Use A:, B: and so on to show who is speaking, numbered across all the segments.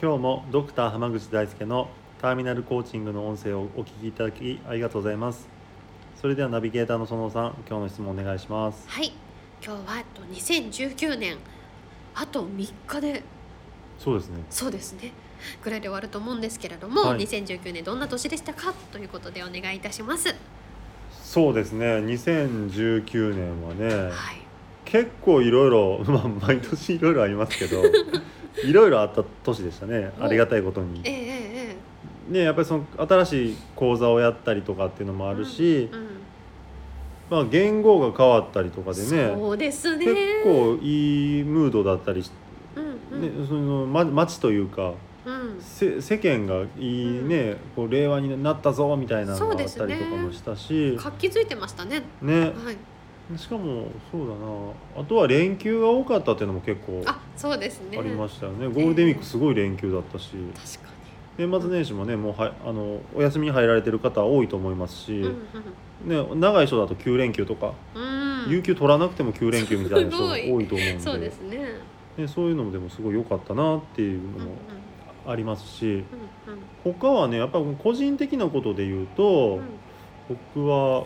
A: 今日もドクター濱口大輔のターミナルコーチングの音声をお聞きいただきありがとうございますそれではナビゲーターの園さん今日の質問お願いします
B: はい、今日はえっと2019年あと3日で
A: そうですね
B: そうですねぐらいで終わると思うんですけれども、
A: はい
B: 2019年どんな年でしたかということでお願いいたします。
A: そうですね2019年はね、
B: はい、
A: 結構いろいろ まあ毎年いろいろあります けどいろいろあった年でしたねありがたいことに
B: えええ
A: ねやっぱりその新しい講座をやったりとかっていうのもあるし、
B: えうん、
A: まあ言語が変わったりとかでね
B: そうですね。
A: 結構いいムードだったりし
B: うんうん、
A: ね、そのま街というか
B: うん、
A: せ世間がいいね、こう令和になったぞみたいなの
B: そう
A: があ
B: で
A: っ
B: す
A: た
B: ね
A: りとかもしたし、
B: 活気づいてましたね。
A: ね
B: はい、
A: しかもそうだなあとは連休が多かったっていうのも結構
B: あ、そうですね。
A: ありましたよねゴールデンウィークすごい連休だったし、
B: 確か
A: 年末年始もねもうはあのお休みに入られてる方多いと思いますし、
B: に。うん
A: ね、長い人だと9連休とか、
B: うん、う
A: 有
B: ん、
A: 給取らなくても9連休みたいな人
B: す
A: が
B: ご
A: 多い
B: い
A: と思うんで
B: そうですね。
A: ね、そういうのもでもすごい良かったなっていう
B: うん
A: の
B: うん
A: もありますし。
B: うん
A: 他はねやっぱ個人的なことで言うと
B: う、ん
A: 僕は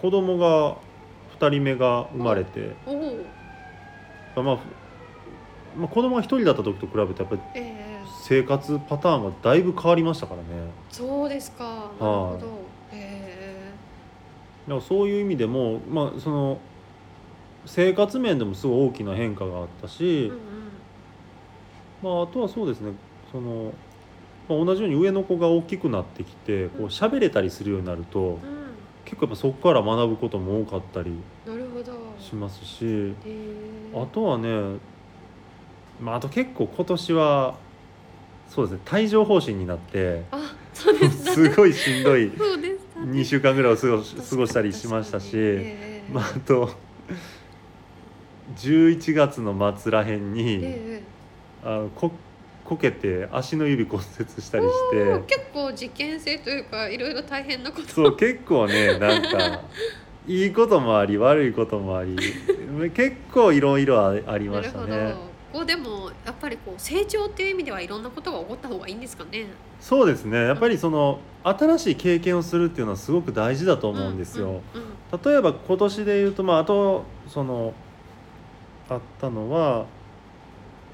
A: 子供が2人目が生まれて、
B: うん、おお、
A: まあ、まあ子供が1人だった時と比べてやっぱり
B: ええ
A: 生活パターンがだいぶ変わりましたからね
B: そうですか。なるほど。え
A: だからそういう意味でも、まあ、その生活面でもすごい大きな変化があった
B: え
A: し、
B: うんうん。
A: まあ、あとはそうですねその、まあ同じように上の子が大きくなってきてこう喋れたりするようになると
B: う
A: 結構やっぱそこから学ぶことも多かったり。
B: ん、なるほど。
A: しますし
B: えー、
A: あとはね、まあ、あと結構今年はそうですね帯状疱疹になって
B: あ、そうで す。
A: すごいしんどい
B: そうです。
A: 2週間ぐらいを過ごし
B: 確かに
A: 過ごしたりしましたし、
B: 確かにえー
A: まあ、あと11月の末らへん
B: え
A: に
B: ー
A: あのここけて足の指骨折したり
B: えー
A: して
B: 結構事件性というか、いろいろ大変なこと。
A: そう結構ねなんかいいこともあり悪いことも あり結構いろいろああり
B: な
A: ま
B: る
A: した
B: ほ
A: ね
B: ど。。こうでも、やっぱりこう成長っていう意味では、いろんなことが起こった方がいいんですかね。
A: そうですねやっぱりその新しい経験をするっていうのはすごく大事だと思うんですよ。
B: うん。うん
A: 例えば今年で言うと、まあ、あとそのあったのは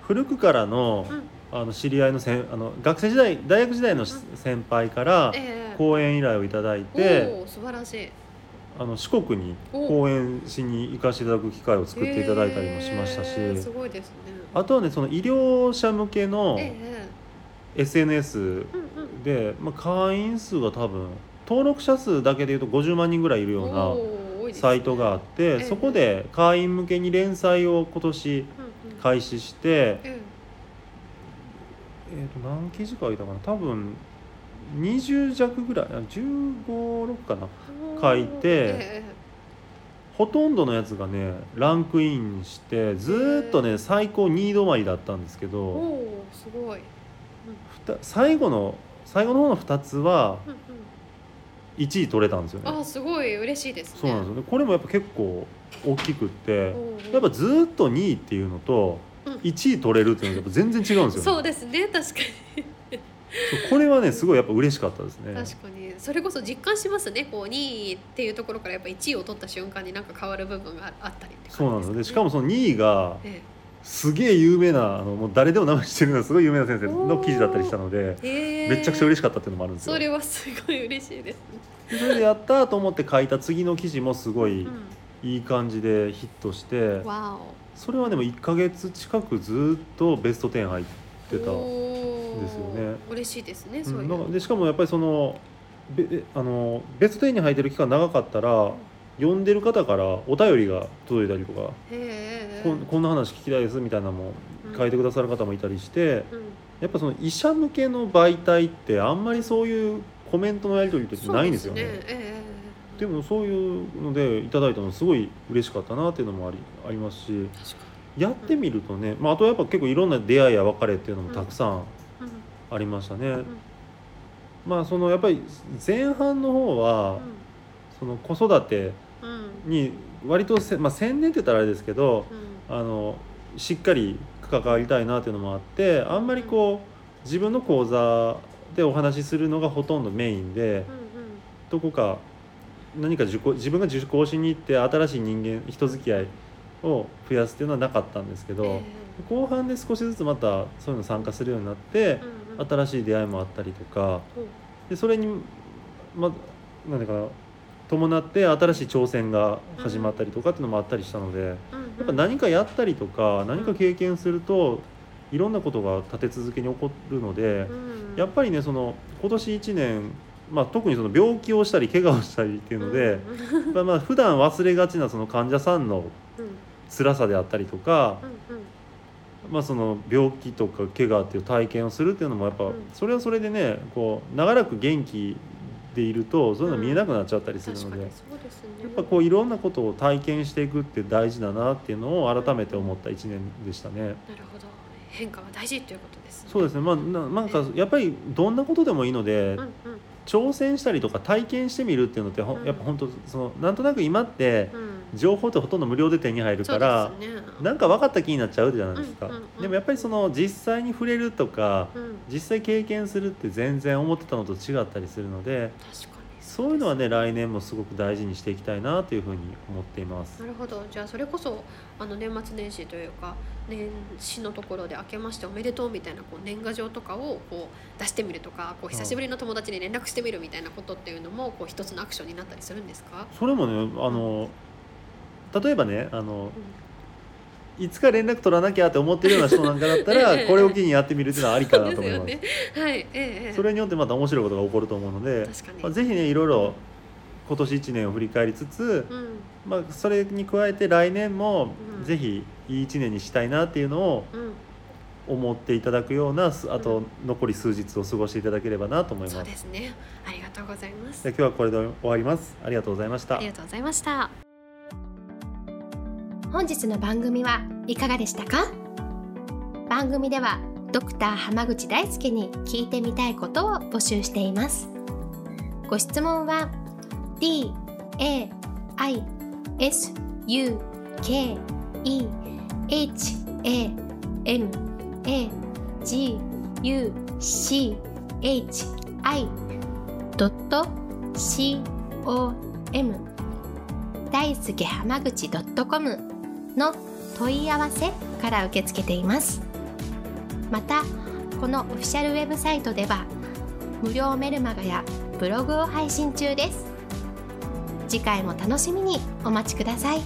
A: 古くからの,、
B: うん
A: あの知り合いのせんあの学生時代大学時代のし先輩から
B: えー
A: 講演依頼をいただいて
B: おお、素晴らしい。
A: あの四国に
B: お
A: 講演しに行かせていただく機会を作っていただいたりもしましたし、
B: えーすごいですね。
A: あとはねその医療者向けの
B: ええ
A: SNS
B: ー、うんうん。
A: で、まあ、会員数が多分登録者数だけでいうと50万人ぐらいいるよう
B: おー多い
A: な
B: ですね
A: サイトがあっ
B: え
A: て、
B: え
A: そこで会員向けに連載を今年
B: うんうん
A: 開始して、
B: うん
A: えー、と何記事書いたかな多分20弱ぐらい156かな書いて
B: え
A: ほとんどのやつがねランクインしてずーっとね最高2位止まりだったんですけ
B: えお
A: ど、
B: おすごい、
A: ふた最後の最後の方の2つは
B: うんうん、
A: 1位取れたんですよね。
B: あすごい嬉しいですね
A: そうなんですよねこれもやっぱ結構大きくって。
B: す
A: やっぱずーっと2位っていうのと
B: うん
A: 1位取れるっていうのはやっぱ全然違うんですよ、
B: そう
A: ね、
B: ですね確か
A: これはねすごいやっぱ嬉しかったですね
B: に確かにそれこそ実感しますねこう2位っていうところからやっぱ1位を取った瞬間になんか変わる部分があったりって
A: そうなん
B: 感
A: です
B: じ
A: よ
B: で
A: ですし
B: か
A: か
B: ね
A: もその2位が
B: え
A: すげえ有名なあのもう誰でも名前知ってるようなすごい有名な先生の記事だったりしたので
B: えへえ
A: めちゃくちゃ嬉しかったっていうのもあるんですよ
B: それはすごい嬉しいです、
A: でそれでやったーと思って書いた次の記事もすごいいい感じでヒットして
B: うん、わ
A: それはでも1ヶ月近くずーっとベスト10入っ
B: お
A: てた
B: お
A: ですよね
B: 嬉しいですね
A: う
B: そ
A: ん、
B: ういう
A: な
B: の、
A: んかでしかもやっぱりそのべえあのベスト10に入ってる期間長かったら読んでる方からお便りが届いたりとか、
B: へえ
A: こんこんな話聞きたいですみたいなのも書いてくださる方もいたりして、
B: うん
A: やっぱその医者向けの媒体ってあんまりそういうコメントのやり取りって
B: そう
A: ないんですよね。で
B: ええ
A: もそういうのでいただいたのすごい嬉しかったなっていうのもありありますし
B: 確か
A: やってみるとね、まあ、あとやっぱ結構いろんな出会いや別れっていうのもたくさん
B: に、
A: ありましたね。まあそのやっぱり前半の方はその子育て
B: うんうん
A: に割とせ、まあ、専念って言ったらあれですけどあのしっかり関わりたいなっていうのもあってあんまりこう自分の講座でお話しするのがほとんどメインで
B: うんうん
A: どこか何か受講自分が受講しに行って新しい人間人付き合いを増やすっていうのはなかったんですけど、
B: え
A: 後半で少しずつまたそういうの参加するようになって
B: え、うんうん
A: 新しい出会いもあったりとか
B: ほう
A: でそれにまなんだかな伴って新しい挑戦が始まったりとかっていうのもあったりしたので。
B: うんうん
A: やっぱ何かやったりとか何か経験するといろんなことが立て続けに起こるので
B: うん
A: やっぱりねその今年1年、まあ、特にその病気をしたり怪我をしたりっていうので、
B: うん
A: まあまあ普段忘れがちなその患者さんの
B: うん
A: 辛さであったりとか、
B: うんうん
A: まあ、その病気とか怪我っていう体験をするっていうのもやっぱ
B: うん
A: それはそれでねこう長らく元気でいるとそういうの見えなくなっちゃったりする
B: 確
A: の
B: か
A: で、
B: にそうですね
A: やっぱこういろんなことを体験していくって大事だなっていうのを改めて思った1年でしたね。
B: なるほど変化は大事ということですね
A: そうですね、まあ、ななんかやっぱりどんなことでもいいので、
B: うんうん
A: 挑戦したりとか体験してみるっていうのってほん、
B: うん
A: やっぱ本当そのなんとなく今って
B: うん
A: 情報ってほとんど無料で手に入るから、
B: そうですね
A: なんか分かった気になっちゃうじゃないですか、
B: うんうんうん
A: でもやっぱりその実際に触れるとか、
B: うん
A: 実際経験するって全然思ってたのと違ったりするので
B: 確かに
A: そういうのはね来年もすごく大事にしていきたいなというふうに思っています
B: な。るほどじゃあそれこそあの年末年始というか年始のところで「明けましておめでとう」みたいなこう年賀状とかをこう出してみるとかこう
A: い
B: 久しぶりの友達に連絡してみるみたいなことっていうのもこう一つのアクションになったりするんですか、
A: それもねあの例えばねあのいつか連絡取らなきゃって思ってるような人なんかだったら
B: ええ
A: これを機にやってみるっていうのはありかな
B: で
A: と思
B: す
A: い
B: よ
A: ます
B: ね。はい、ええ
A: それによってまた面白いことが起こると思うので、
B: 確かに、
A: まあ、ぜひねいろいろ今年1年を振り返りつつ、
B: うん
A: まあ、それに加えて来年も
B: うん
A: ぜひいい1年にしたいなっていうのを
B: うん
A: 思っていただくようなすあ
B: う
A: と
B: ん
A: 残り数日を過ごしていただければなと思います。
B: そう
A: じゃ
B: ですねありがとうございます
A: あ今日はこれで終わります。ありがとうございました。
B: ありがとうございました
C: 本日の番組はいかがでしたか番組ではドクター濱口大輔に聞いてみたいことを募集していますご質問は d a i s u k e h a m a g u c h i c o m 大輔濱口 .com の問い合わせから受け付けていますまたこのオフィシャルウェブサイトでは無料メルマガやブログを配信中です次回も楽しみにお待ちください